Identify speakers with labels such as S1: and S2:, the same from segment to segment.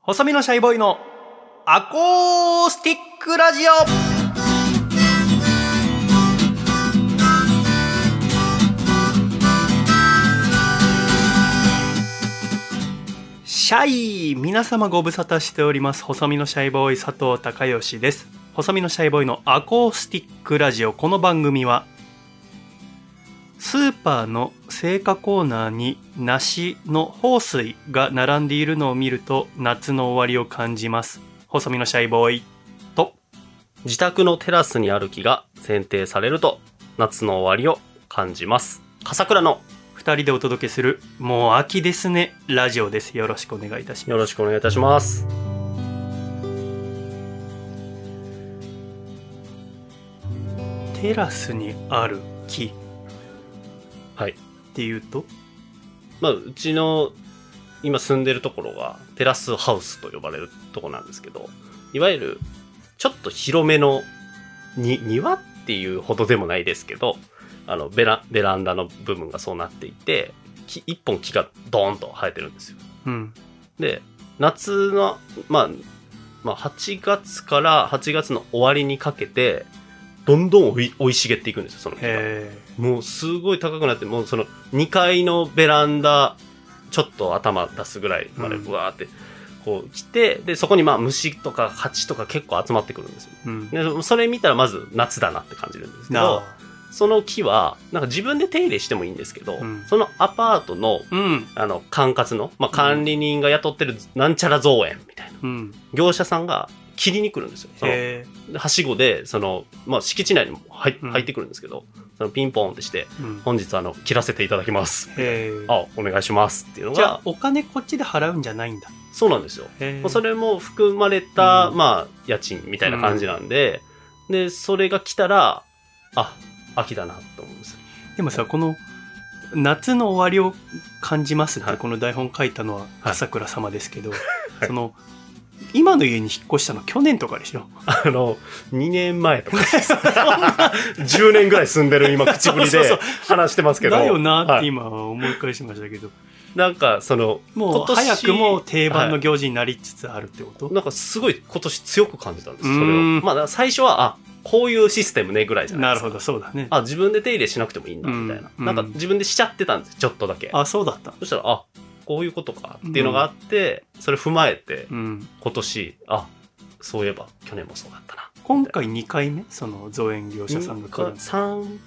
S1: 細身のシャイボーイのアコースティックラジオシャイ皆様ご無沙汰しております細身のシャイボーイ佐藤孝義です細身のシャイボーイのアコースティックラジオこの番組はスーパーの青果コーナーに梨の豊水が並んでいるのを見ると夏の終わりを感じます。細身のシャイボーイと、
S2: 自宅のテラスにある木が剪定されると夏の終わりを感じます笠倉の
S1: 二人でお届けする、もう秋ですね、ラジオです。よろしくお願いいたします。
S2: よろしくお願いいたします
S1: テラスにある木っ
S2: はい
S1: ていうと、
S2: まあうちの今住んでるところがテラスハウスと呼ばれるとこなんですけどいわゆるちょっと広めのに庭っていうほどでもないですけどあのベラベランダの部分がそうなっていて木一本木がドーンと生えてるんですよ
S1: うん、
S2: で、夏の、まあ、まあ、8月から8月の終わりにかけて、どんどん生い生い茂っていくんですよ、その木が。
S1: へ
S2: もうすごい高くなって、もうその2階のベランダ、ちょっと頭出すぐらいまで
S1: うん
S2: ブワーって、こう来て、で、そこにまあ虫とか蜂とか結構集まってくるんです
S1: ーうん。
S2: よ。で、それ見たらまず夏だなって感じるんですけ
S1: な
S2: ど
S1: あ、
S2: その木は、なんか自分で手入れしてもいいんですけど、
S1: うん
S2: そのアパートの
S1: うん、
S2: あの、管轄の、まあ、管理人が雇ってるなんちゃら造園みたいな。
S1: うん、
S2: 業者さんが切りに来るんですよ。その、
S1: へー
S2: はしごで、その、まあ、敷地内にも入
S1: うん
S2: 入ってくるんですけど、そのピンポーンってして、
S1: うん
S2: 本日あの、切らせていただきます。
S1: へー
S2: あ、お願いしますっていうの
S1: じゃあ
S2: が、
S1: お金こっちで払うんじゃないんだ。
S2: そうなんですよ。
S1: へー
S2: まあそれも含まれた、
S1: うん
S2: まあ、家賃みたいな感じなんで、で、それが来たら、あ、秋だなと思うんですよ。
S1: でもさこの「夏の終わりを感じます」っ
S2: は
S1: て
S2: い
S1: この台本書いたのは笠倉様ですけど、
S2: い
S1: その今の家に引っ越したの去年とかでしょ
S2: あの、2年前とかです。10年ぐらい住んで る今、口ぶり
S1: そうそう
S2: で話してますけど。
S1: だよなっ
S2: は
S1: て
S2: い
S1: 今は思い返しましたけど、
S2: なんか、その、
S1: も
S2: 今
S1: う
S2: 年
S1: 早くも定番の行事になりつつあるってこと、
S2: なんかすごい今年強く感じたんです、そうれを
S1: ーん。
S2: まあ、最初は、あ、こういうシステムね、ぐらいじゃな
S1: ないる
S2: ですか。
S1: ほどそうだねあ
S2: あ、自分で手入れしなくてもいいんだ、みたいな。
S1: うん
S2: なんか
S1: うん
S2: 自分でしちゃってたんです、ちょっとだけ。
S1: そうだった
S2: そしたら、あ、こういうことか、っていうのがあって、それ踏まえて、
S1: うん
S2: 今年、あ、そういえば、去年もそうだったな。
S1: 今回2回目その造園業者さんが来るの
S2: 3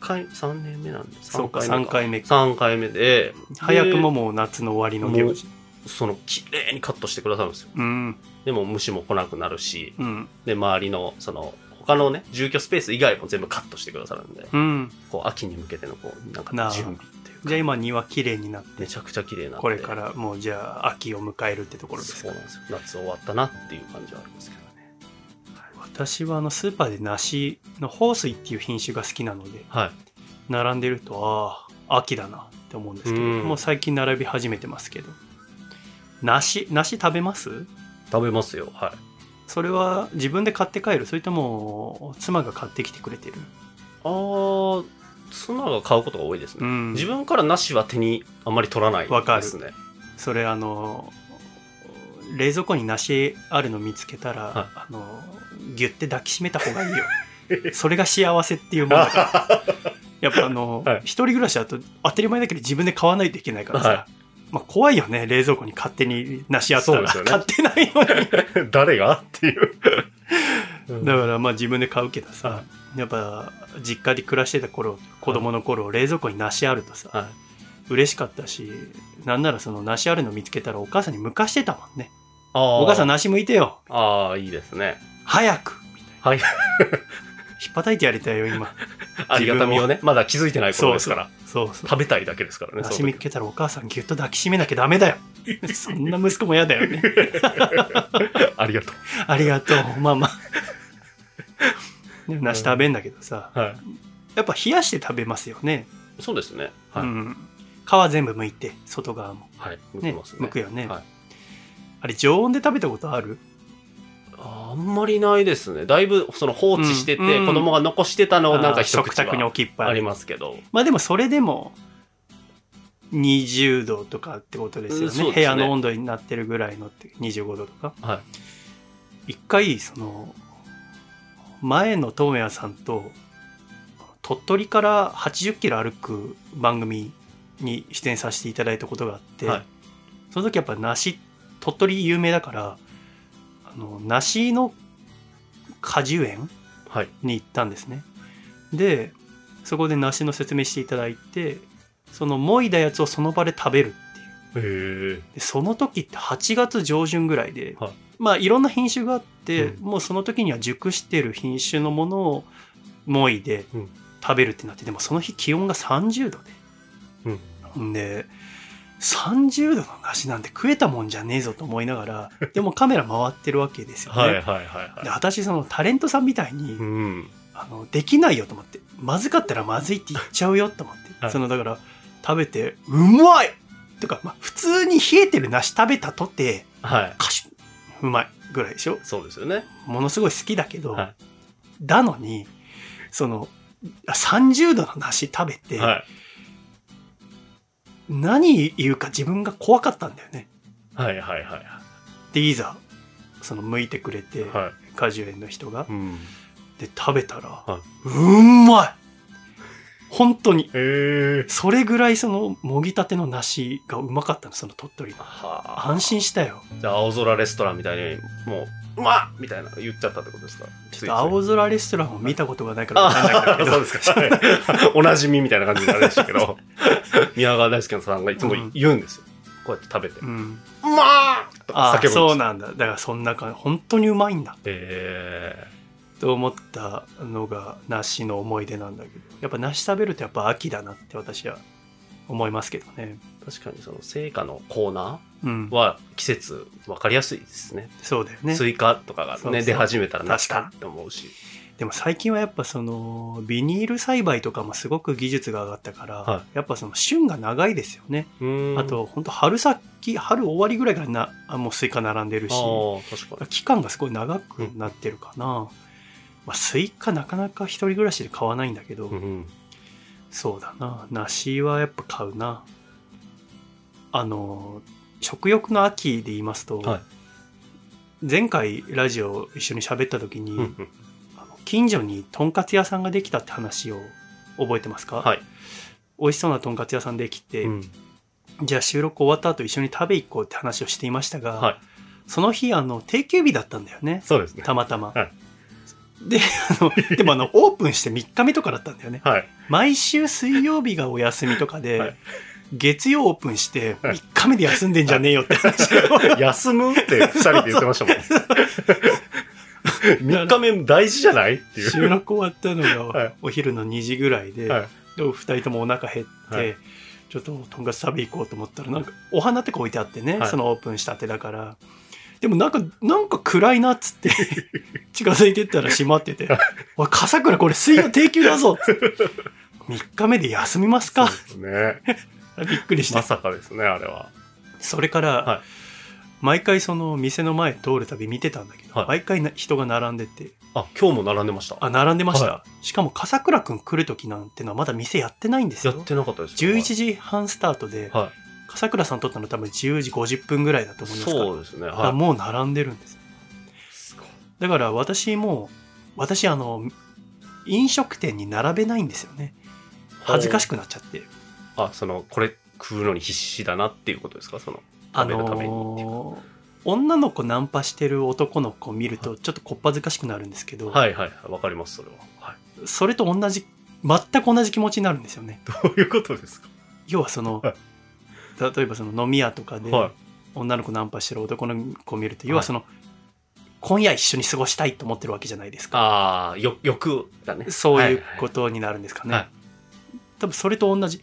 S2: 回、三年目なんで、
S1: そうか
S2: 三
S1: 3回目
S2: 3回目で、
S1: 早くももう夏の終わりの行事
S2: その、綺麗にカットしてくださるんですよ。
S1: うん
S2: でも虫も来なくなるし、
S1: うん
S2: で、周りの、その、他のね、住居スペース以外も全部カットしてくださるんで、
S1: うん
S2: こう、秋に向けての、こう、なんか
S1: なあ
S2: 準備っていうか、
S1: じゃあ今庭きれいになって
S2: めちゃくちゃ綺麗なんで。
S1: これからもうじゃあ秋を迎えるってところです
S2: そ
S1: か
S2: うなんですよ。夏終わったなっていう感じはあるんですけどね。
S1: 私はあのスーパーで梨の豊水っていう品種が好きなので
S2: はい。
S1: 並んでるとああ秋だなって思うんですけど、
S2: うん
S1: もう最近並び始めてますけど梨梨食べます
S2: 食べますよ。はい。
S1: それは自分で買って帰るそれとも妻が買ってきてくれてる、
S2: あー、妻が買うことが多いです
S1: う
S2: ね。
S1: ん、
S2: 自分からなしは手にあんまり取らない
S1: わかる
S2: ですね。
S1: それあの冷蔵庫に梨あるの見つけたら、あのギュッて抱きしめた方がいいよ それが幸せっていうものだからやっぱあの、
S2: はい
S1: 一人暮らしだと当たり前だけど自分で買わないといけないからさ、
S2: は
S1: まあ怖いよね、冷蔵庫に勝手に梨あったら、
S2: そうです
S1: 買
S2: よね
S1: ってないのに。
S2: 誰がっ ていう。
S1: だからまあ自分で買うけどさ、やっぱ実家で暮らしてた頃、子供の頃、冷蔵庫に梨あるとさ、
S2: はい。
S1: 嬉しかったし、なんならその梨あるの見つけたらお母さんに向かしてたもんね。
S2: ああ。
S1: お母さん
S2: な。
S1: 梨向いてよ
S2: ああ、いいですね。
S1: 早くみたいな。
S2: はい。
S1: 引っ叩いてやりたいよ、今。
S2: ありがたみをね、まだ気づいてないことですから。
S1: そうそう。
S2: 食べたいだけですからね。
S1: 梨
S2: その
S1: 見
S2: 時
S1: つけたらお母さんぎゅっと抱きしめなきゃダメだよ。 そんな息子も嫌だよね。
S2: ありがと
S1: ありがとう、マ マ。でも梨食べんだけどさ、
S2: う。はい。
S1: やっぱ冷やして食べますよね。
S2: そうですね。はい。
S1: うん、皮全部剥いて、外側も。
S2: はい。向き
S1: ね
S2: ますね。
S1: 剥くよね、
S2: はい
S1: あれ、常温で食べたことある
S2: あんまりないですね。だいぶその放置してて、
S1: うんうん
S2: 子供が残してたのをなん
S1: あ
S2: か
S1: ー
S2: 一
S1: 食
S2: 口
S1: 卓に
S2: は
S1: 置きっぱ
S2: あ
S1: い。
S2: りますけど。
S1: まあでもそれでも、 20度とかってことですよ
S2: うん
S1: ね
S2: そうですね
S1: 部屋の温度になってるぐらいのって25度とか
S2: はい。
S1: 一回その前のトメヤさんと鳥取から80キロ歩く番組に出演させていただいたことがあって、
S2: はい
S1: その時やっぱ梨鳥取有名だからあの梨の果樹園
S2: はい。
S1: に行ったんですねでそこで梨の説明していただいてそのもいだやつをその場で食べるっていう
S2: へえ。
S1: でその時って8月上旬ぐらいで、
S2: はい
S1: まあいろんな品種があって、
S2: うん
S1: もうその時には熟してる品種のものをもいで
S2: うん
S1: 食べるってなってでもその日気温が30度
S2: うん。
S1: でんで30度の梨なんて食えたもんじゃねえぞと思いながらでもカメラ回ってるわけですよね。
S2: はいはいはいはい
S1: で。私そのタレントさんみたいに、
S2: うん。
S1: あのできないよと思ってまずかったらまずいって言っちゃうよと思って、
S2: はい
S1: そのだから食べて「うまい!」とか、まあ、普通に冷えてる梨食べたとて
S2: はい。
S1: カシュうまいぐらいでしょ
S2: そうですよね。
S1: ものすごい好きだけど、
S2: は
S1: だのにそのあ30度の梨食べ
S2: い。
S1: て、
S2: はい。
S1: 何言うか自分が怖かったんだよね
S2: はいはいは
S1: でいざその向いてくれて、
S2: い。はい。
S1: 果樹園の人が
S2: うん。
S1: で食べたら、
S2: は
S1: うんまい本当に
S2: へえ。
S1: それぐらいそのもぎたての梨がうまかったのその鳥取の
S2: は
S1: 安心したよ
S2: あ。じゃあ、青空レストランみたいに、もう、うまっみたいな言っちゃったってことですか
S1: ちょっと青
S2: 空。
S1: 空レストランを見たことがないからわかんないんだ
S2: あ
S1: け
S2: あ、
S1: ど
S2: そうですか。はいおなじみみたいな感じになりましたけ ど、宮川大輔さんがいつも言うんですよ。こうやって食べて。う
S1: うん
S2: まっとか
S1: あ
S2: 叫ぶんです
S1: そうなんだだからそんな感じ本当にうまいんだ
S2: え
S1: と思ったのが梨の思い出なんだけどやっぱ梨食べるとやっぱ秋だなって私は思いますけどね
S2: ー確かにその成果のコーナ
S1: うん
S2: ーは季節分かりやすいですね。
S1: そうだよね
S2: スイカとかがね
S1: そうそう
S2: 出始めたら梨
S1: 確か
S2: か
S1: に
S2: って思うし。
S1: でも最近はやっぱそのビニール栽培とかもすごく技術が上がったから、
S2: は
S1: やっぱその旬が長いですよね、
S2: うん
S1: あと本当春先春終わりぐらいからなあもうスイカ並んでるし
S2: ああ確かに
S1: 期間がすごい長くなってるかな、まあ、スイカなかなか一人暮らしで買わないんだけど、
S2: うん
S1: そうだな梨はやっぱ買うなあの食欲の秋で言いますと、
S2: はい
S1: 前回ラジオ一緒に喋った時に、
S2: うんうん
S1: あの近所にとんかつ屋さんができたって話を覚えてますか、
S2: はい
S1: 美味しそうなとんかつ屋さんできて、
S2: うん
S1: じゃあ収録終わった後一緒に食べ行こうって話をしていましたが、
S2: はい
S1: その日あの定休日だったんだよね
S2: そうですね
S1: たまたま、
S2: はい
S1: であ のでもあのオープンして3日目とかだったんだよね
S2: はい
S1: 毎週水曜日がお休みとかで、
S2: はい
S1: 月曜オープンして
S2: はい
S1: 3日目で休んでんじゃねえよって話を
S2: 休むって2人で言ってましたもんね3日目大事じゃないっていう
S1: 収録終わったの
S2: は
S1: が
S2: い
S1: お昼の2時ぐらいで、
S2: はい
S1: で2人ともお腹減って、
S2: はい
S1: ちょっととんかつ食べ行こうと思ったらなんかお花とか置いてあってね、
S2: はい
S1: そのオープンしたてだからでもなんかなんか暗いなっつって 近づいてったら閉まってて「おい笠倉これ水曜定休だぞ」3日目で休みますか
S2: そうですね
S1: びっくりして
S2: まさかですねあれは
S1: それから、
S2: はい
S1: 毎回その店の前通るたび見てたんだけど、
S2: はい
S1: 毎回な人が並んでて
S2: あ今日も並んでました
S1: あ並んでました、
S2: は
S1: しかも笠倉くん来る時なんてのはまだ店やってないんです
S2: や
S1: よ
S2: ってなかったですよ
S1: 11時半スタートで、
S2: は
S1: 笠倉さん撮ったの多分10時50分ぐらいだと
S2: い
S1: 思いますから
S2: そうですね
S1: あ
S2: は
S1: もう並んでるんです
S2: いすごい
S1: だから私も私あの飲食店に並べないんですよね恥ずかしくなっちゃって
S2: あそのこれ食うのに必死だなっていうことですかその
S1: あ
S2: 食べるためにっていう
S1: のー女の子ナンパしてる男の子見るとちょっとこっぱずかしくなるんですけど、
S2: はいはいはいわかりますそれは、はい、
S1: それと同じ全く同じ気持ちになるんですよね
S2: どういうことですか
S1: 要はその、
S2: はい
S1: 例えばその飲み屋とかで
S2: はい
S1: 女の子ナンパしてる男の子見ると、
S2: はい
S1: 要はその今夜一緒に過ごしたいと思ってるわけじゃないですか
S2: ああよ欲だね
S1: そういう
S2: と
S1: ことになるんですかね、
S2: はい
S1: 多分それと同じ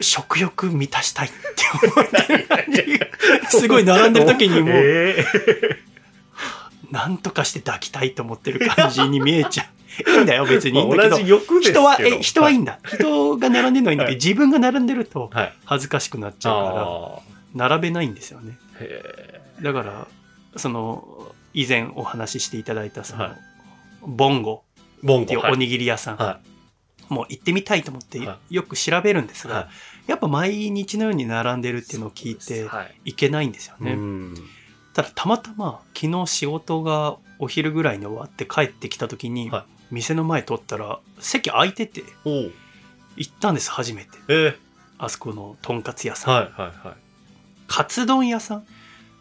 S1: 食欲満たしたいって思ってる感じ すごい並んでる時にもう
S2: ええ
S1: 何とかして抱きたいと思ってる感じに見えちゃういいんだよ別にいいんだけど
S2: 同じ欲ですけど
S1: 人はえ人はいいんだ人が並んでるのはいいんだ
S2: は
S1: け
S2: い
S1: ど自分が並んでると
S2: はい
S1: 恥ずかしくなっちゃうか
S2: ああ
S1: ら並べないんですよね
S2: へ
S1: だからその以前お話ししていただいたその、
S2: はい
S1: ボンゴ
S2: えボン
S1: ってい
S2: ゴ
S1: うおにぎり屋さん、
S2: はいは
S1: もう行ってみたいと思って
S2: は
S1: よく調べるんですが、
S2: は
S1: やっぱ毎日のように並んでるっていうのを聞いて
S2: はい。
S1: 行けないんですよね。
S2: うん
S1: ただたまたま昨日仕事がお昼ぐらいに終わって帰ってきた時に、
S2: は
S1: 店の前通ったら席空いてて
S2: おう
S1: 行ったんです初めて
S2: え
S1: あそこのとんかつ屋
S2: ー
S1: さん、
S2: はいはいはい。
S1: カツ丼屋さん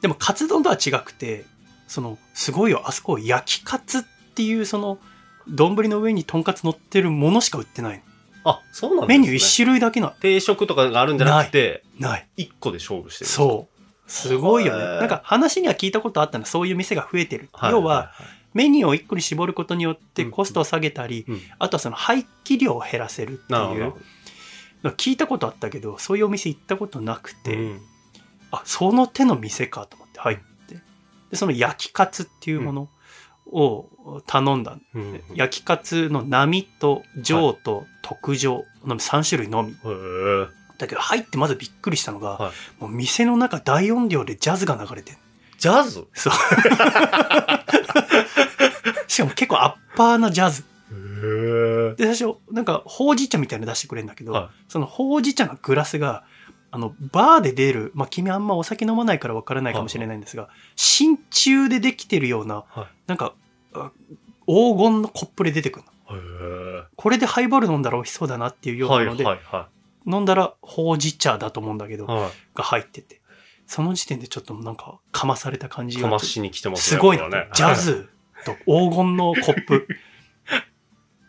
S1: でもカツ丼とは違くてそのすごいよあそこ焼きカツっていうその丼の上にとんかつ乗ってるものしか売ってないの
S2: あ、そうなんですね
S1: メニュー一種類だけな
S2: 定食とかがあるんじゃなくて、
S1: ない
S2: 一個で勝負してる。
S1: そうすごいよね
S2: へー
S1: なんか話には聞いたことあったのそういう店が増えてる、
S2: はいいい
S1: 要はメニューを1個に絞ることによって
S2: うん
S1: コストを下げたり、
S2: うん
S1: あとはその廃棄量を減らせるって
S2: なるほど
S1: い
S2: なる
S1: う
S2: ほど。
S1: の聞いたことあったけどそういうお店行ったことなくて、
S2: うん
S1: あその手の店かと思って入ってでその焼きカツっていうものを頼んだ、
S2: うん
S1: 焼きカツの並と上と特上の3種類のみ
S2: へえ
S1: だけど入ってまずびっくりしたのが、
S2: は
S1: もう店の中大音量でジャズが流れてる
S2: ジャズ
S1: そうしかも結構アッパーなジャズ
S2: へえ
S1: で、最初、なんか、ほうじ茶みたいなの出してくれるんだけど、
S2: は
S1: そのほうじ茶のグラスが、あの、バーで出る、まあ、君あんまお酒飲まないからわからないかもしれないんですが、真鍮でできてるような、
S2: はい
S1: なんか、あ黄金のコップで出てくるの。
S2: へえ
S1: これでハイボール飲んだら美味しそうだなっていうよう
S2: は
S1: ない
S2: は
S1: の
S2: い
S1: で、
S2: は
S1: 飲んだらほうじ茶だと思うんだけ
S2: い。
S1: ど、
S2: は
S1: が入ってて、その時点でちょっとなんか、かまされた感
S2: い。
S1: じ
S2: か
S1: が
S2: ま。しに来てます
S1: す
S2: ね。
S1: ごいな
S2: こ
S1: っ
S2: れ
S1: て
S2: はね
S1: ジャ。ズと黄金のコッ プ。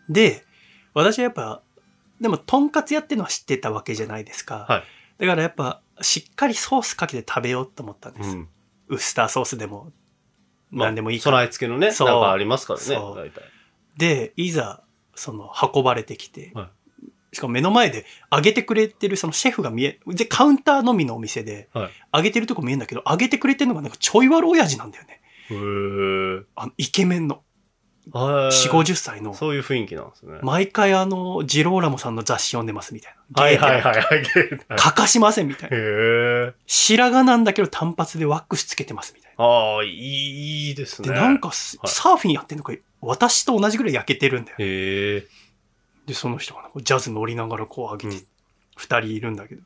S1: で、私はやっぱ、でも、とんかつ屋っていうのは知ってたわけじゃないですか。
S2: はい
S1: だからやっぱ、しっかりソースかけて食べようと思ったんで
S2: う
S1: す。
S2: ん。
S1: ウスターソースでも、
S2: まあ
S1: 何でもいいから。
S2: 備え付けのね、なん
S1: そう
S2: かありますからね、
S1: そう
S2: 大体。
S1: で、いざ、その、運ばれてきて、
S2: は
S1: しかも目の前で揚げてくれてる、そのシェフが見え、で、カウンターのみのお店で、
S2: はい
S1: 揚げてるとこ見えんだけど、揚げてくれてるのがなんかちょい悪親父なんだよね。
S2: へえ
S1: あの、イケメンの、
S2: はい。
S1: 4、50歳の、
S2: そういう雰囲気なんですね。
S1: 毎回あの、ジローラモさんの雑誌読んでますみたいな。
S2: はいはい
S1: い。
S2: はいはい。
S1: 欠かしませんみたいな。
S2: へえ。
S1: 白髪なんだけど単発でワックスつけてますみたい
S2: ああ、いいいいです
S1: な。で、
S2: ね。
S1: なん。かす、
S2: はい
S1: サーフィンやってんのか、私と同じぐらい焼けてるんだよ。
S2: へえ。
S1: で、その人がなんかジャズ乗りながらこう上げ
S2: う
S1: て、二、人いるんだけど。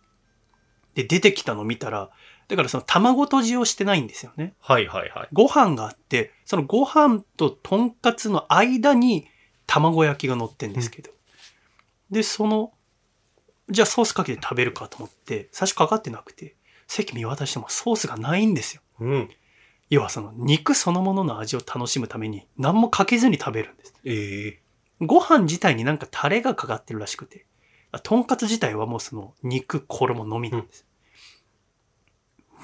S1: で、出てきたの見たら、だからその卵とじをしてないんですよね。
S2: はいはいはい。
S1: ご飯があって、そのご飯ととんかつの間に卵焼きが乗ってんですけど。で、その、じゃあソースかけて食べるかと思って、最初かかってなくて、席見渡してもソースがないんですよ。
S2: うん。
S1: 要はその肉そのものの味を楽しむために何もかけずに食べるんです。
S2: ええ。
S1: ご飯自体になんかタレがかかってるらしくて、あとんかつ自体はもうその肉、衣のみなんです。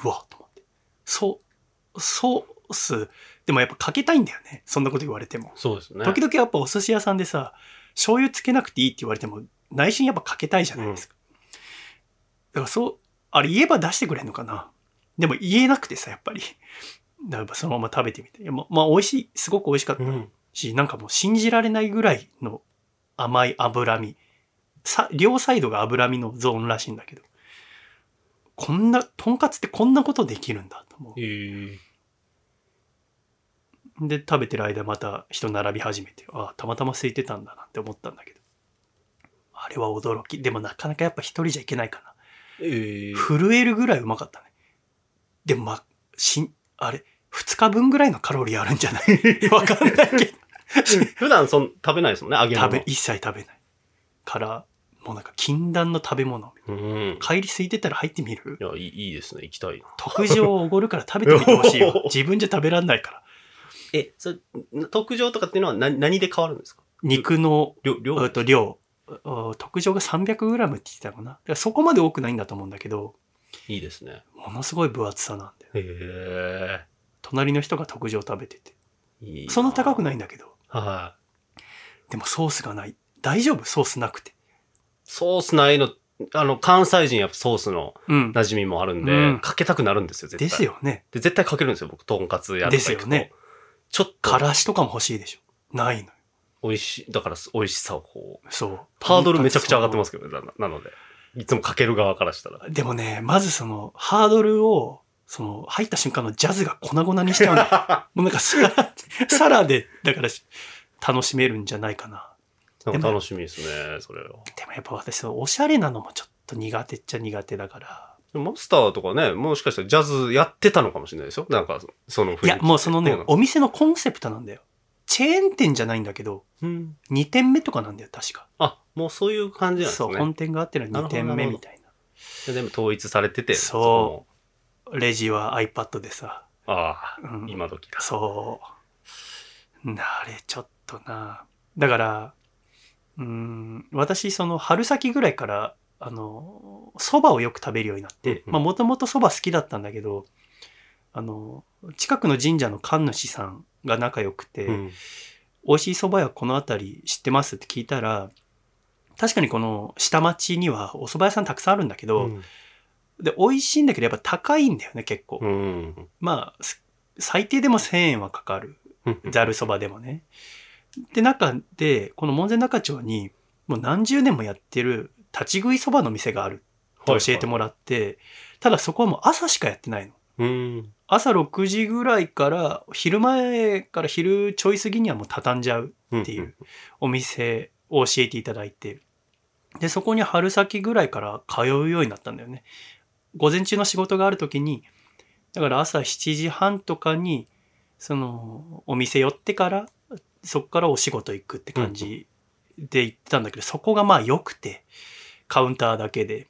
S1: うわ、と思って。そう、ソース、でもやっぱかけたいんだよね。そんなこと言われても。
S2: そうですね。
S1: 時々やっぱお寿司屋さんでさ、醤油つけなくていいって言われても、内心やっぱかけたいじゃないですか。だからそう、あれ言えば出してくれんのかなでも言えなくてさ、やっぱり。だからやっぱそのまま食べてみて。いやままあ美味しい、すごく美味しかった
S2: う。ん。
S1: し、なんかもう信じられないぐらいの甘い脂身。さ、両サイドが脂身のゾーンらしいんだけど。こんな、とんかつってこんなことできるんだと思
S2: ええ。
S1: う。で、食べてる間また人並び始めて、ああ、たまたま空いてたんだなって思ったんだけど。あれは驚き。でもなかなかやっぱ一人じゃいけないかな。
S2: ええ。
S1: 震えるぐらいうまかったね。でもまあ、しん、あれ、二日分ぐらいのカロリーあるんじゃない わかんないけど。
S2: 普段そん食べないですもんね、揚げ
S1: 食
S2: 物。
S1: べ、一切食べない。から、もうなんか禁断の食べ物。
S2: うん。
S1: 帰り空いてたら入ってみる
S2: いや、いいいいですね。行きたいな。
S1: 特上をおごるから食べてみてほしいよ
S2: おお。
S1: 自分じゃ食べらんないから。
S2: え、それ、特上とかっていうのは何何で変わるんですか
S1: 肉の、
S2: 量、量
S1: えっと、量。あ特上が 300g って言ってたのかな。だからそこまで多くないんだと思うんだけど、
S2: いいですね。
S1: ものすごい分厚さなんだよ。
S2: へ
S1: 隣の人が特上食べてて。
S2: え。いい
S1: そんな高く
S2: な
S1: な
S2: い。
S1: いんだけど。
S2: は
S1: でもソースがない。大丈夫ソースなくて。
S2: い。ソースないの、あの、関西人やっぱソースの
S1: うん。
S2: 馴染みもあるんで、
S1: うん
S2: かけたくなるんですよ、絶対。
S1: です。よね。
S2: で、絶対かけるんですよ、僕、とんかつや
S1: ですよね。
S2: ちょっと、
S1: からしとかも欲しいでしょ。ないのよ。
S2: 美味しい、だから、美味しさをこう、
S1: そう。。
S2: ハードルめちゃくちゃ上がってますすけどね、ななので。いつもかける側からしたら。
S1: でもね、まずその、ハードルを、その、入った瞬間のジャズが粉々にしちゃ うんだよもうなんかサラ、サラで、だからし楽しめるんじゃないかな。
S2: なんか楽しみですね、それは。
S1: でもやっぱ私、おしゃれなのもちょっと苦手っちゃ苦手だから。
S2: でもマスターとかね、もしかしたらジャズやってたのかもしれないですよ。なんか、その雰囲
S1: い
S2: 気。
S1: や、もうそのね
S2: ん、
S1: お店のコンセプトなんだよ。チェーン店じゃないんだけど、
S2: うん
S1: 2店目とかなんだよ、確か。
S2: あ、もうそういう感じなんです
S1: そう、
S2: ね
S1: 本。店があっての2店目みたい
S2: 全部統一されてて。
S1: そう
S2: こ
S1: な。レジは iPad でさ。
S2: もああ、
S1: うん
S2: 今時だ。
S1: そう。なあれ、ちょっとな。だから、うーん、私、その、春先ぐらいから、あの、蕎麦をよく食べるようになって、
S2: うんうん
S1: まあ、もともと蕎麦好きだったんだけど、あの、近くの神社の神主さんが仲良くて、
S2: うん
S1: 美味しい蕎麦屋この辺り知ってますって聞いたら、確かにこの下町にはお蕎麦屋さんたくさんあるんだけど、で、美味しいんだけどやっぱ高いんだよね、結構。
S2: うん。
S1: まあ、す最低でも1000円はかかる。
S2: うん。
S1: ざるそばでもね。で、中で、この門前仲町に、もう何十年もやってる立ち食いそばの店があると教えてもらって、ただそこはもう朝しかやってないの。
S2: うん。
S1: 朝6時ぐらいから、昼前から昼ちょい過ぎにはもう畳んじゃう
S2: って
S1: いう。お店を教えていただいて、で、そこに春先ぐらいから通うようになったんだよね。午前中の仕事がある時に、だから朝7時半とかに、その、お店寄ってから、そこからお仕事行くって感じで行ってたんだけど、そこがまあ良くて、カウンターだけで。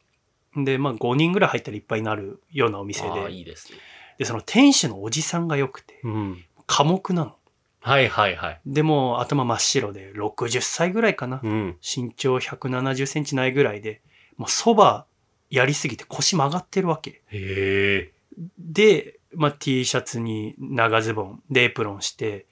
S1: で、まあ5人ぐらい入ったらいっぱいになるようなお店
S2: ああ、
S1: で、
S2: いいですね。
S1: で、その店主のおじさんが良くて、
S2: うん。
S1: 寡黙なの。
S2: はいはいはい。
S1: でもう頭真っ白で、60歳ぐらいかな。
S2: うん。
S1: 身長170センチないぐらいで、もうそばやりすぎて腰曲がってるわけ。
S2: へえ。
S1: で、まあ、T シャツに長ズボン、でエプロンして、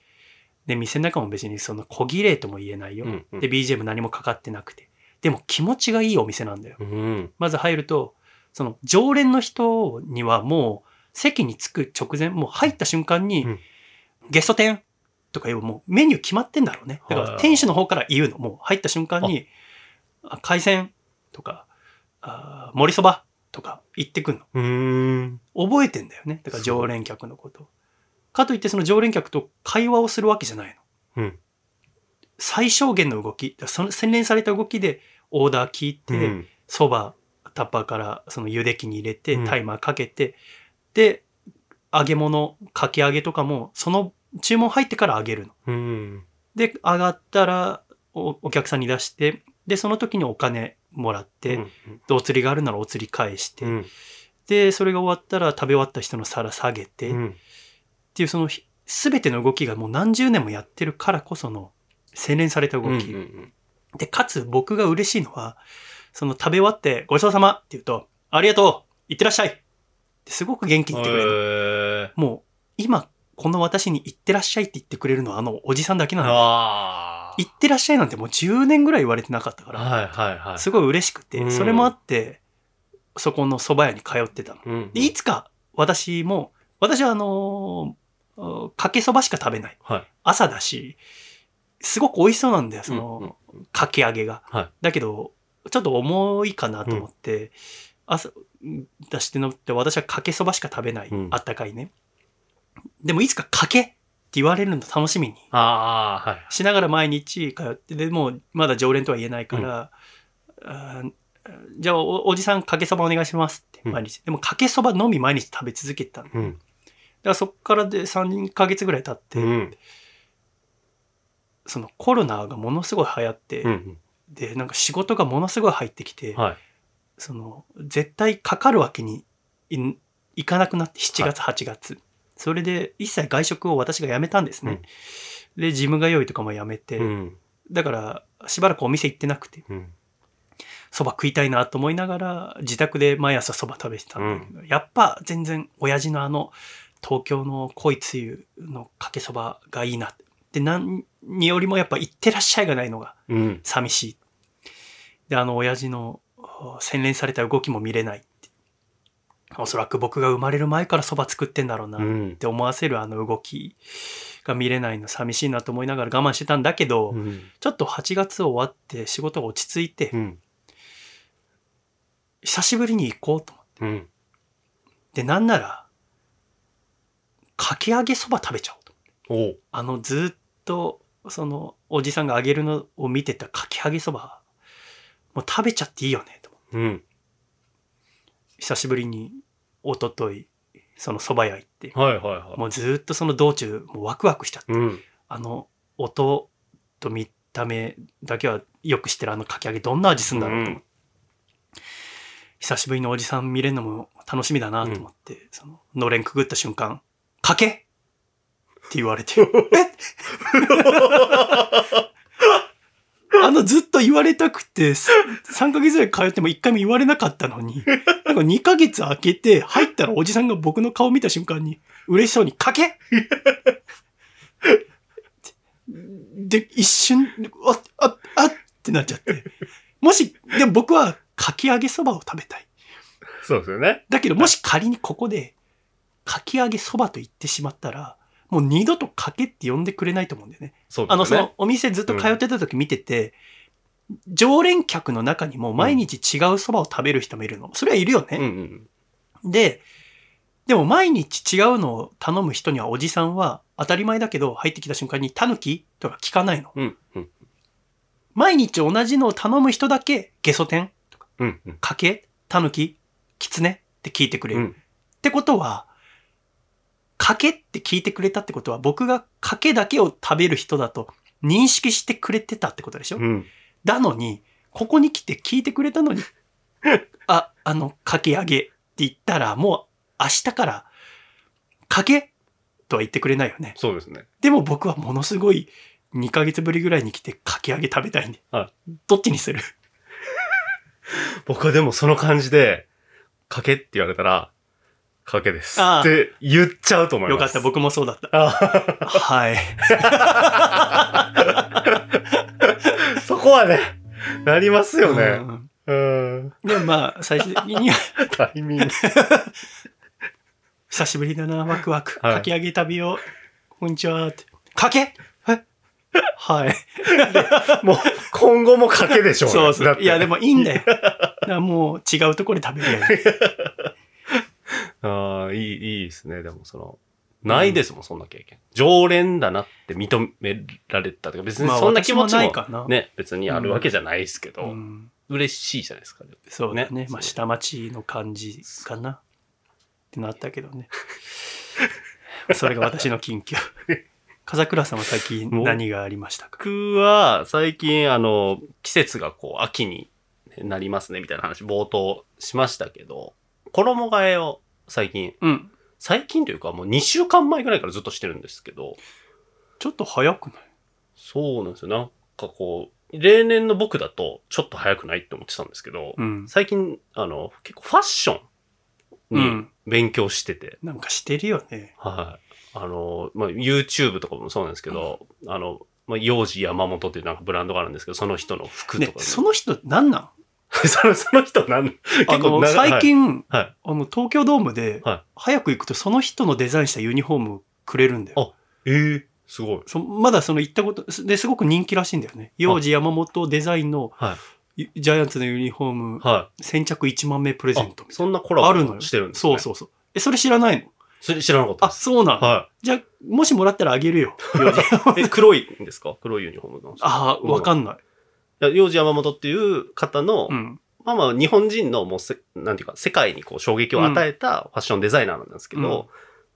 S1: で、店の中も別にその小綺麗とも言えないよ。
S2: うんうん
S1: で、BGM 何もかかってなくて。でも気持ちがいいお店なんだよ。
S2: うん。
S1: まず入ると、その常連の人にはもう席に着く直前、もう入った瞬間に、
S2: うん
S1: ゲスト店とか言う、もうメニュー決まってんだろうね。だか
S2: は
S1: ら
S2: い
S1: 店主の方から言うの、もう入った瞬間に、あ海鮮とか、あー盛りそばとか言ってくんの。
S2: うん。
S1: 覚えてんだよね。だから常連客のこと。かといってその常連客と会話をするわけじゃないの。
S2: うん
S1: 最小限の動き、だからその洗練された動きでオーダー聞いて、
S2: うん
S1: そばタッパーからその茹で機に入れて
S2: うん
S1: タイマーかけて、で揚げ物かき揚げとかもその注文入ってから揚げるの。
S2: うん。
S1: で上がったらおお客さんに出してでその時にお金もらって、
S2: うん
S1: でお釣りがあるならお釣り返して、
S2: うん。
S1: でそれが終わったら食べ終わった人の皿下げて、
S2: う
S1: っ
S2: ん。
S1: ていうそのひ全ての動きがもう何十年もやってるからこその洗練された動き。
S2: うんうん
S1: で、かつ僕が嬉しいのは、その食べ終わってごちそうさまって言うと、ありがとういってらっしゃいってすごく元気に言ってくれる。
S2: へえ。
S1: もう、今、この私にいってらっしゃいって言ってくれるのはあのおじさんだけなの。
S2: あ
S1: いってらっしゃいなんてもう10年ぐらい言われてなかった
S2: あ。
S1: から、
S2: はいはいはい。
S1: すごい嬉しく
S2: う
S1: て、
S2: ん
S1: それもあって、そこの蕎麦屋に通ってたの。
S2: うん
S1: で、いつか私も、私はあのーかけそばしか食べない。
S2: はい。
S1: 朝だし、すごく美味しそうなんだよ、その、
S2: うんうん
S1: かき揚げが。
S2: はい
S1: だけど、ちょっと重いかなと思って、朝出してのって私はかけそばしか食べない、
S2: うん
S1: あったかいね。でもいつかかけって言われるの楽しみに
S2: ああ、はい。
S1: しながら毎日通って、でもうまだ常連とは言えないから、あーじゃあおおじさんかけそばお願いしますって毎日。でもかけそばのみ毎日食べ続けてたの。だか
S2: うん。
S1: らそっからで3ヶ月ぐらい経って、
S2: うん。
S1: そのコロナがものすごい流行って、
S2: うん。
S1: でなんか仕事がものすごい入ってきて、
S2: はい。
S1: その絶対かかるわけにいいかなくなって7月8月、それで一切外食を私がやめたんですね、でジムが良いとかもやめて、
S2: うん。
S1: だからしばらくお店行ってなくて
S2: うん。
S1: そば食いたいなと思いながら自宅で毎朝そば食べてたんだけど、やっぱ全然親父のあの東京の濃いつゆのかけそばがいいなってで何によりもやっぱ行ってらっしゃいがないのが
S2: うん。
S1: 寂しい。で、あの、親父のあー洗練された動きも見れないって。おそらく僕が生まれる前からそば作ってんだろうな
S2: う
S1: っ
S2: ん。
S1: て思わせるあの動きが見れないの寂しいなと思いながら我慢してたんだけど、
S2: うん。
S1: ちょっと8月終わって仕事が落ち着いて、
S2: うん。
S1: 久しぶりに行こうと思っ
S2: うん。
S1: て。で、なんなら、かき揚げそば食べちゃおうと。
S2: おう。
S1: あの、ずっとそのおじさんが揚げるのを見てたかき揚げそばもう食べちゃっていいよねと思って
S2: うん。
S1: 久しぶりに一昨日そのそば屋行って
S2: はいはいは
S1: もうずーっとその道中もうワクワクしちゃって
S2: い。うん。
S1: あの音と見た目だけはよく知ってるあのかき揚げどんな味すんだろうと思って、
S2: うん
S1: 久しぶりのおじさん見れるのも楽しみだなと思って、そののれんくぐった瞬間「かけ!」って言われて あのずっと言われたくてす3ヶ月ぐらい通っても1回も言われなかったのになんか2ヶ月空けて入ったらおじさんが僕の顔見た瞬間に嬉しそうに「かけ!」で、一瞬、あ、あ、あってなっちゃって。もし、でも僕は、かき揚げそばを食べたい。
S2: そうですよね。
S1: だけど、もし仮にここで、かき揚げそばと言ってしまったら、もう二度とかけって呼んでくれないと思うんだよね。
S2: そうです
S1: あ
S2: よね。
S1: の、その、お店ずっと通ってた時見てて、常連客の中にも毎日違うそばを食べる人もいるの。それはいるよ
S2: うんう
S1: ね。
S2: ん。
S1: で、でも毎日違うのを頼む人にはおじさんは当たり前だけど入ってきた瞬間にタヌキとか聞かないの。
S2: うんうん。
S1: 毎日同じのを頼む人だけ、ゲソ天、
S2: うんうん。
S1: かけ、たぬき、きつねって聞いてくれる。
S2: う
S1: っ
S2: ん
S1: てことは、かけって聞いてくれたってことは、僕がかけだけを食べる人だと認識してくれてたってことでしょ、
S2: うん。
S1: だのに、ここに来て聞いてくれた のに、あ、あの、かけ揚げって言ったら、もう明日から、かけとは言ってくれないよね。
S2: そうですね。
S1: でも僕はものすごい2ヶ月ぶりぐらいに来てかき揚げ食べたいんで。
S2: は
S1: どっちにする
S2: 僕はでもその感じで、かけって言われたら、かけです。
S1: ああ
S2: って言っちゃうと思い
S1: よ
S2: ま
S1: かっ
S2: す。
S1: た、僕もそうだった。
S2: あ
S1: はい。
S2: あそこはね、なりますよね。
S1: うん
S2: うん。
S1: でもまあ、最終的には、
S2: タイミング。
S1: 久しぶりだな、ワクワク。
S2: はい
S1: かき揚げ食べよう。こんにちはって。かけえはい。
S2: もう、今後もかけでしょね
S1: そうそ
S2: だっ
S1: う。
S2: て
S1: いや、でもいいんだよ。だからもう違うところで食べるよ。
S2: ああ、いい、いいですね。でもその、ないですもん、そんな経験。常連だなって認められたとか、別に
S1: まあ
S2: そんな気持ち
S1: 私もな
S2: も
S1: いかな
S2: ね、別にあるわけじゃないですけ
S1: う
S2: ど、
S1: ん
S2: 嬉しいじゃないですか。
S1: そうだね
S2: ね。
S1: まあ、下町の感じかな。ってなったけどね。それが私の近 況。風倉さんは最近何がありましたか
S2: 僕は最近あの季節がこう秋になりますねみたいな話冒頭しましたけど衣替えを最近
S1: うん。
S2: 最近というかもう2週間前ぐらいからずっとしてるんですけど
S1: ちょっと早くない
S2: そうなんですよなんかこう例年の僕だとちょっと早くないって思ってたんですけど、
S1: うん。
S2: 最近あの結構ファッショ
S1: う
S2: ンに
S1: ん。
S2: 勉強してて、
S1: なんかしてるよね。
S2: はい。あの、まあ、YouTube とかもそうなんですけど、あの、まあ、幼児山本っていうなんかブランドがあるんですけど、その人の服とか
S1: ね
S2: ね、、
S1: その人何なん
S2: その、その人なん、結
S1: あの、
S2: 長い
S1: 最近、
S2: はいはい
S1: あの、東京ドームで
S2: は、
S1: 早く行くとその人のデザインしたユニフォームくれるんだよ。
S2: あええすごい。
S1: そまだその行ったこと、すで、すごく人気らしいんだよね。幼児山本デザインの、
S2: は
S1: ジャイアンツのユニフォーム、
S2: は
S1: 先着1万名プレ
S2: い。
S1: ゼ
S2: あ
S1: ントみたい
S2: そんなコ
S1: な。ある
S2: ラ
S1: の
S2: ボ
S1: よ。
S2: してるんです、
S1: そ
S2: ね、
S1: うそうそう。え、それ知らないの
S2: それ知らなかった
S1: あ、
S2: です。
S1: そうなの、
S2: は
S1: じゃあ、もしもらったらあげるよ。幼児
S2: い。え、黒いんですか黒いユニフォームなんですか
S1: ああ、わかんない。
S2: いや幼児山本っていう方の、
S1: うん。
S2: まあまあ、日本人のもうせ、なんていうか、世界にこう衝撃を与えたファッションデザイナーなんですけど、
S1: うん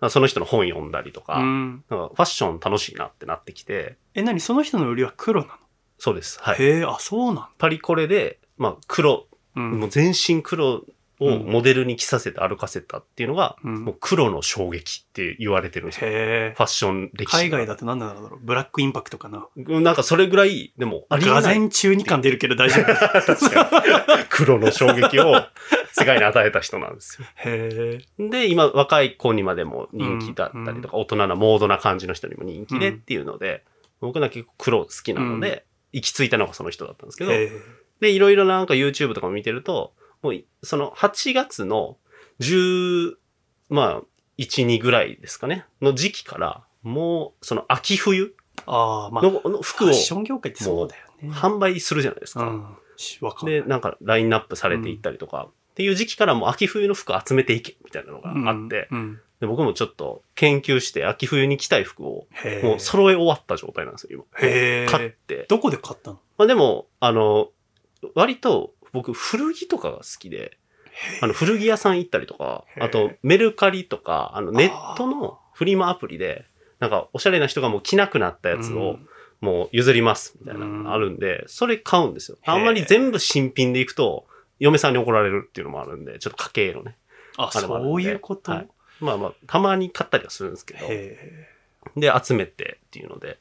S2: なんかその人の本読んだりとか、
S1: うん。
S2: なんかファッション楽しいなってなってきて、
S1: え、なにその人の売りは黒なの、
S2: そうです。はい。
S1: へえ、あ、そうな
S2: パリコレで、まあ、黒、
S1: のうん。
S2: もう全身黒をモデルに着させて歩かせたっていうのが、
S1: うん
S2: もう黒の衝撃って言われてるんですよ。
S1: へえ
S2: フ。ァッション歴史。
S1: 海外だと何なんだろうブラックインパクトかな。
S2: うん。なんかそれぐらい、でも、ありえ
S1: が
S2: な
S1: ぜ
S2: い。
S1: ん中二感出るけど大丈夫。 へ
S2: 確かに黒の衝撃を 世界に与えた人なんですよ。
S1: え。
S2: で、今、若い子にまでも人気だったりとか、大人なモードな感じの人にも人気でっていうので、僕なんか結構黒好きなので、行き着いたのがその人だったんですけど、
S1: へえ
S2: で、いろいろなんか YouTube とかも見てると、もうい、その8月の10、まあ、1、2ぐらいですかね、の時期から、もう、その秋冬
S1: ああ、まあ、
S2: のの
S1: フ
S2: 服
S1: ァ
S2: を
S1: ッション業界ってそうだよね。
S2: 販売するじゃないです
S1: う
S2: か。
S1: ん。しわかんない。
S2: で、なんかラインナップされていったりとか、っていう時期からもう秋冬の服集めていけ、みたいなのがあって、
S1: うん。
S2: で僕もちょっと研究して秋冬に着たい服を
S1: へえ。
S2: もう揃え終わった状態なんですよ、今。
S1: へ
S2: 買っ
S1: え。
S2: て。
S1: どこで買ったの
S2: まあでも、あの、割と僕古着とかが好きで、あの古着屋さん行ったりとか
S1: へ、ー
S2: あとメルカリとか、あのネットのフリマアプリで、なんかおしゃれな人がもう着なくなったやつをもう譲りますみたいなのがあるんで、それ買うんですよ。
S1: へー
S2: あんまり全部新品で行くと、嫁さんに怒られるっていうのもあるんで、ちょっと家計のね。
S1: あ、
S2: あれもあるんで
S1: そういうこと。
S2: はいまあまあ、たまに買ったりはするんですけど、
S1: へ
S2: で、集めてっていうので、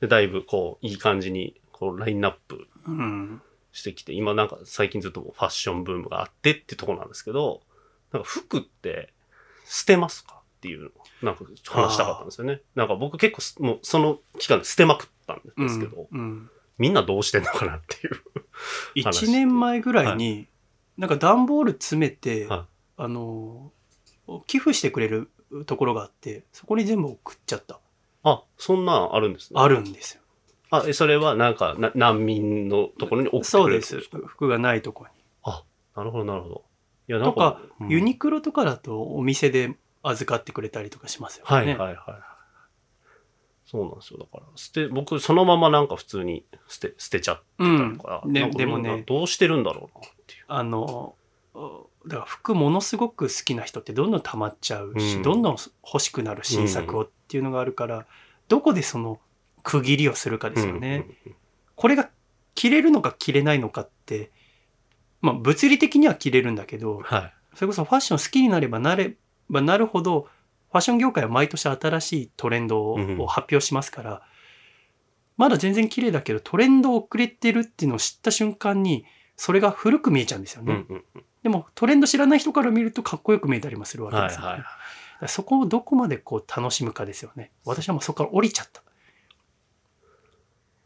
S2: でだいぶこう、いい感じに、こう、ラインナップ
S1: え。うん。
S2: してきて、今なんか最近ずっともうファッションブームがあってってとこなんですけど、なんか服って捨てますかっていうのをなんか話したかったんですよね。なんか僕結構すもうその期間で捨てまくったんですけど、
S1: うんうん。
S2: みんなどうしてんのかなっていう。
S1: 1年前ぐらいに、なんか段ボール詰めて、
S2: は
S1: あのー寄付してくれるところがあってそこに全部送っちゃった
S2: あ、そんなんあるんですね。
S1: あるんですよ
S2: あ、えそれはなんかな難民のところに送って
S1: そ
S2: く
S1: う
S2: れる
S1: で
S2: ってこと
S1: す
S2: ですか
S1: 服がないとこ
S2: なるほど、なるほど。いや、
S1: にと
S2: なん
S1: か
S2: か、、うん
S1: ユニクロとかだとお店で預かってくれたりとかしますよね
S2: はいはいはいはい。そうなんですよ。だから、捨て、僕、そのままなんか普通に捨て、捨てちゃって
S1: う
S2: たり
S1: ん
S2: とか。な
S1: で
S2: んか
S1: でも
S2: みんな
S1: ね
S2: どうしてるんだろうなっていう。
S1: あのおだから服ものすごく好きな人ってどんどん溜まっちゃうし、
S2: うん
S1: どんどん欲しくなる新作をっていうのがあるから、どこでその区切りをするかですよね、
S2: うん
S1: これが切れるのか切れないのかって、まあ物理的には切れるんだけど、
S2: はい。
S1: それこそファッション好きになればなればなるほど、ファッション業界は毎年新しいトレンドを
S2: うん
S1: を発表しますから、まだ全然綺麗だけどトレンド遅れてるっていうのを知った瞬間に、それが古く見えちゃうんですよ
S2: う
S1: ね。
S2: んうん。
S1: でもトレンド知らない人から見るとかっこよく見えたりもするわけ
S2: は
S1: で
S2: い
S1: すよね、
S2: はい。
S1: だからそこをどこまでこう楽しむかですよね。私はもうそこから降りちゃった。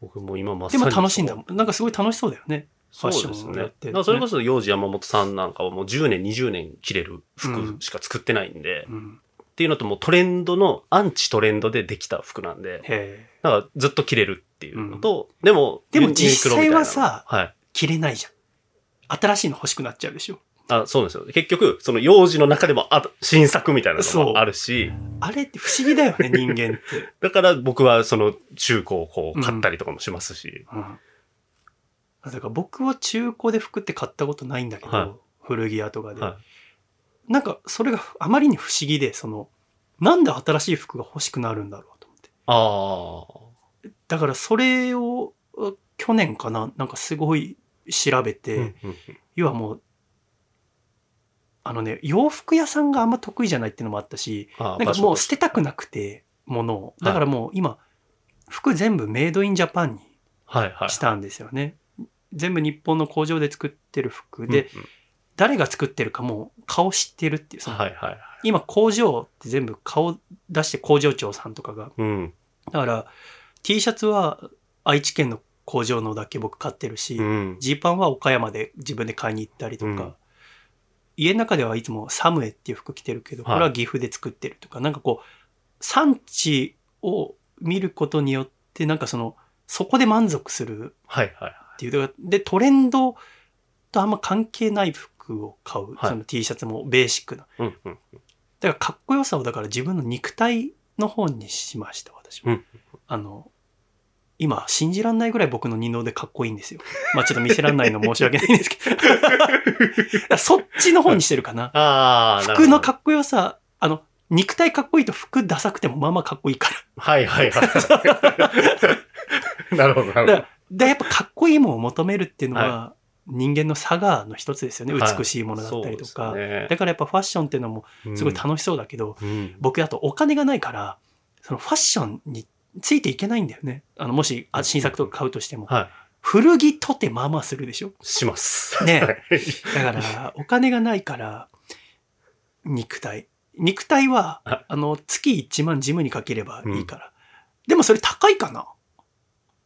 S2: 僕も今まさ
S1: で
S2: に。
S1: も楽しいんだもん。なんかすごい楽しそうだよね。
S2: そうそ
S1: ファッ
S2: うで
S1: ショ
S2: す
S1: ンをやっ
S2: ね。
S1: て
S2: だからそれこそ、幼児山本さんなんかはもう10年、20年着れる服しか作ってないんで、
S1: うん、
S2: っていうのともうトレンドの、アンチトレンドでできた服なんで、
S1: へえ
S2: だからずっと着れるっていうのと、でも、
S1: でも
S2: ユニクロみたいな
S1: 実際はさ
S2: はい。
S1: 着れないじゃん。新しいの欲しくなっちゃうでしょ。
S2: あ、そうなんですよ。結局、その幼児の中でもあ新作みたいなのもあるし、
S1: あれって不思議だよ ね、人間って。
S2: だから僕はその中古をこう買ったりとかもしますし、
S1: うん、だから僕は中古で服って買ったことないんだけど、
S2: はい
S1: 古着屋とかで、
S2: は
S1: なんかそれがあまりに不思議で、その、なんで新しい服が欲しくなるんだろうと思って。
S2: あ
S1: だからそれを、あ去年かな、なんかすごい調べ
S2: あ、
S1: て、
S2: うんうん
S1: 要はもう、あのね、洋服屋さんがあんま得意じゃないっていうのもあったし、
S2: あー
S1: なんかもう
S2: 場所
S1: 捨てたくなくて、ものを。
S2: い
S1: だからもう今、服全部メイドインジャパンに
S2: はいはい。
S1: したんですよね。全部日本の工場で作ってる服で、
S2: うんうん
S1: 誰が作ってるかもう顔知ってるっていう、その
S2: はいはいはい。
S1: 今工場って全部顔出して工場長さんとかが。
S2: うん。
S1: だから T シャツは愛知県の工場のだけ僕買ってるし、
S2: うん。
S1: ジーパンは岡山で自分で買いに行ったりとか、
S2: うん
S1: 家の中ではいつもサムエっていう服着てるけど、
S2: はい
S1: これは岐阜で作ってるとか、なんかこう、産地を見ることによって、なんかその、そこで満足する
S2: はいはい。
S1: っていう。だからで、トレンドとあんま関係ない服を買う。
S2: はい
S1: その T シャツもベーシックな。
S2: うんう
S1: だ
S2: ん。
S1: からかっこよさをだから自分の肉体の方にしました、私は。
S2: うん
S1: あの、今、信じらんないぐらい僕の二の腕かっこいいんですよ。まあちょっと見せらんないの申し訳ないんですけど。だ からそっちの方にしてるかな。
S2: ああ、なるほ
S1: 服
S2: ど
S1: のかっこよさ、あの、肉体かっこいいと服ダサくてもまあまあかっこいいか
S2: はいはいはい。なるほど、な
S1: ら。だから
S2: るほ
S1: だからやっぱかっこいいものを求めるっていうのは、人間の差がの一つですよね。
S2: はい
S1: 美しいも
S2: ど。
S1: のだったりとか。
S2: そうですね
S1: だからやっぱファッションっていうのもすごい楽しそうだけど、
S2: うん
S1: 僕だとお金がないから、そのファッションについていけないんだよね。あの、もし、あ新作とか買うとしても。
S2: は
S1: 古着とてまあまあするでしょ
S2: い。します。
S1: ね
S2: はい。
S1: だから、 お金がないから、肉体。肉体は、
S2: はい
S1: あの、月1万ジムにかければいいから。でもそれ高いかな、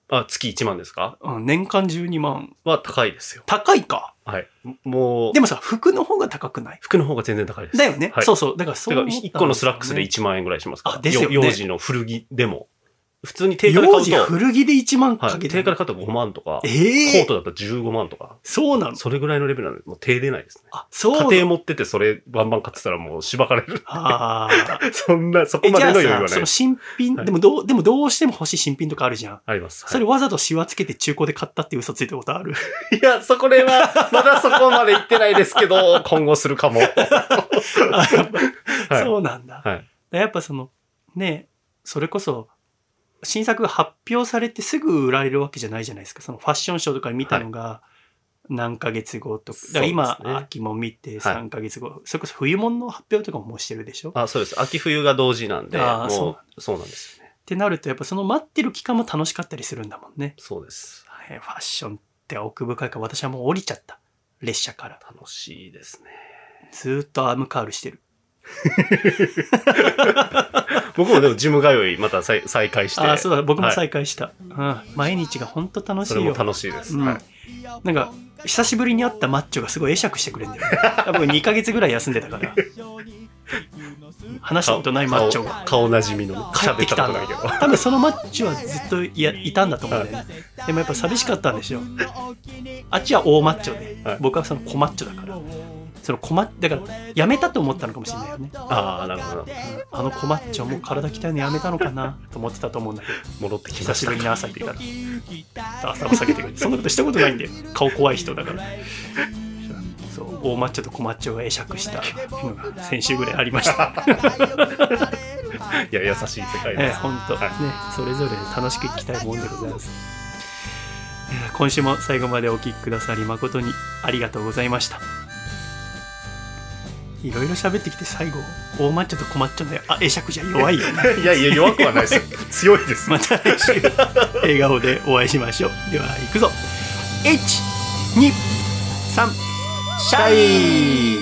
S2: あ、月1万ですか
S1: うん、年間12万。
S2: は高いですよ。
S1: 高いか。
S2: はい。もう
S1: で、もさ、服の方が高くない
S2: 服の方が全然高いです。
S1: だよね、
S2: はい
S1: そうそう。だからそう
S2: だ
S1: 思っ
S2: か
S1: たんで
S2: ら
S1: すよね、
S2: 1個のスラックスで1万円ぐらいしますから。
S1: あですよね
S2: 幼児の古着でも。普通に定価で
S1: 幼
S2: 買う
S1: 児
S2: と、
S1: 古着で1万
S2: は
S1: か
S2: い、
S1: けて
S2: 定
S1: る、
S2: 価で買うと5万とか、
S1: ええ
S2: コートだったら15万とか、
S1: そうなの
S2: それぐらいのレベルなんで、もう手出ないですね。
S1: あ、そうな
S2: 家
S1: の
S2: 庭持っててそれバンバン買ってたらもうしばかれる。
S1: あー
S2: そんな、そこ
S1: え、
S2: ま
S1: じ
S2: で
S1: ゃあ
S2: の余裕は
S1: さ、
S2: な
S1: そ
S2: い
S1: の。新品、
S2: はい
S1: でもどう、でもどうしても欲しい新品とかあるじゃん。
S2: あります。はい
S1: それわざとシワつけて中古で買ったっていう嘘ついたことあ る。
S2: いや、そこれは、まだそこまで行ってないですけど、 今後するかも。
S1: あやっぱ
S2: はい
S1: そうなんだ。
S2: はい
S1: やっぱその、ね、それこそ、新作が発表されてすぐ売られるわけじゃないじゃないですか。そのファッションショーとかで見たのが、何ヶ月後とか。だから今、
S2: そうですね
S1: 秋も見て3ヶ月後、それこそ冬物の発表とかももうしてるでしょっ
S2: あ、そうです。秋冬が同時なんで、
S1: あー
S2: もう
S1: そうなん
S2: そう、なんですよね。
S1: てなると、やっぱその待ってる期間も楽しかったりするんだもんね。
S2: そうです。
S1: はい、ファッションって奥深いから私はもう降りちゃった。列車から。
S2: 楽しいですね。
S1: ずーっとアームカールしてる。
S2: 僕もでも、ジム通い、また再再開して。
S1: ああ、そうだ、僕も
S2: はい
S1: 再開した。うん。毎日が本当楽し
S2: そ
S1: い
S2: れ
S1: よ。
S2: も楽しいです。
S1: うん
S2: はい
S1: なんか、久しぶりに会ったマッチョがすごい会釈してくれんだよね。多分2ヶ月ぐらい休んでたから。 話したことないマッチョが。
S2: 顔なじみのね
S1: 帰ってきたん
S2: 喋
S1: だ
S2: っことな い
S1: 多分そのマッチョはずっといやいたんだと思うんだよね。でもやっぱ寂しかったんでしょう。あっちは大マッチョで、
S2: はい
S1: 僕はその小マッチョだから。その小マだから、やめたと思ったのかもしれないよね。
S2: けど。ああ、なるほど。
S1: あの小マッチョもう体鍛えるのやめたのかなと思ってたと思うんだけど。
S2: 戻ってき
S1: 久
S2: まし
S1: したぶりに朝行ってから 朝を避けてくれてそんなことしたことないんだよ顔怖い人だからそう大マッチョと小マッチョが会釈したのが先週ぐらいありま した
S2: いや、優しい世界
S1: ええ
S2: です。
S1: 本当、
S2: はい
S1: ねそれぞれ楽しく行きたいもんでございますえー今週も最後までお聞きくださり誠にありがとうございましたいろいろ喋ってきて最後大マッチョと小マッチョのあ会釈じゃ弱い よね
S2: いやいや、弱くはないですよ。強いです。
S1: また来週笑顔でお会いしましょうでは行くぞ123シャイ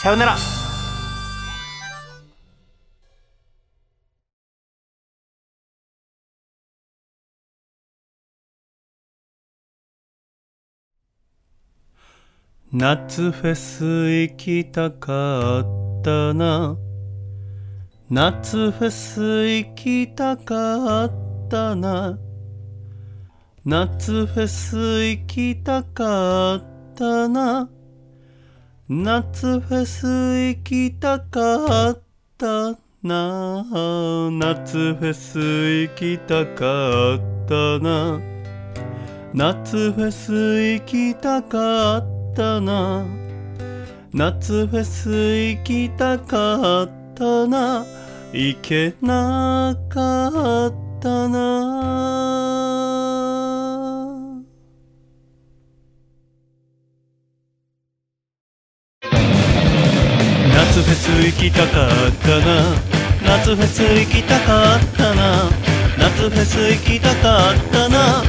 S1: さよなら夏フェス行きたかったな夏フェス行きたかったな夏フェス行きたかったな夏フェス行きたかったな夏フェス行きたかったな夏フェス行きたかったな夏フェス行きたかったな行けなかったな夏フェス行きたかったな夏フェス行きたかったな夏フェス行きたかったな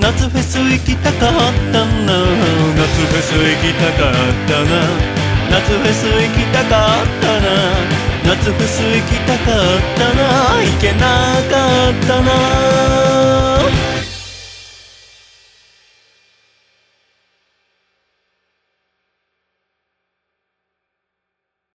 S1: 夏フェス行きたかったな夏フェス行きたかったな夏フェス行きたかったな夏フェス行きたかったな行けなかったな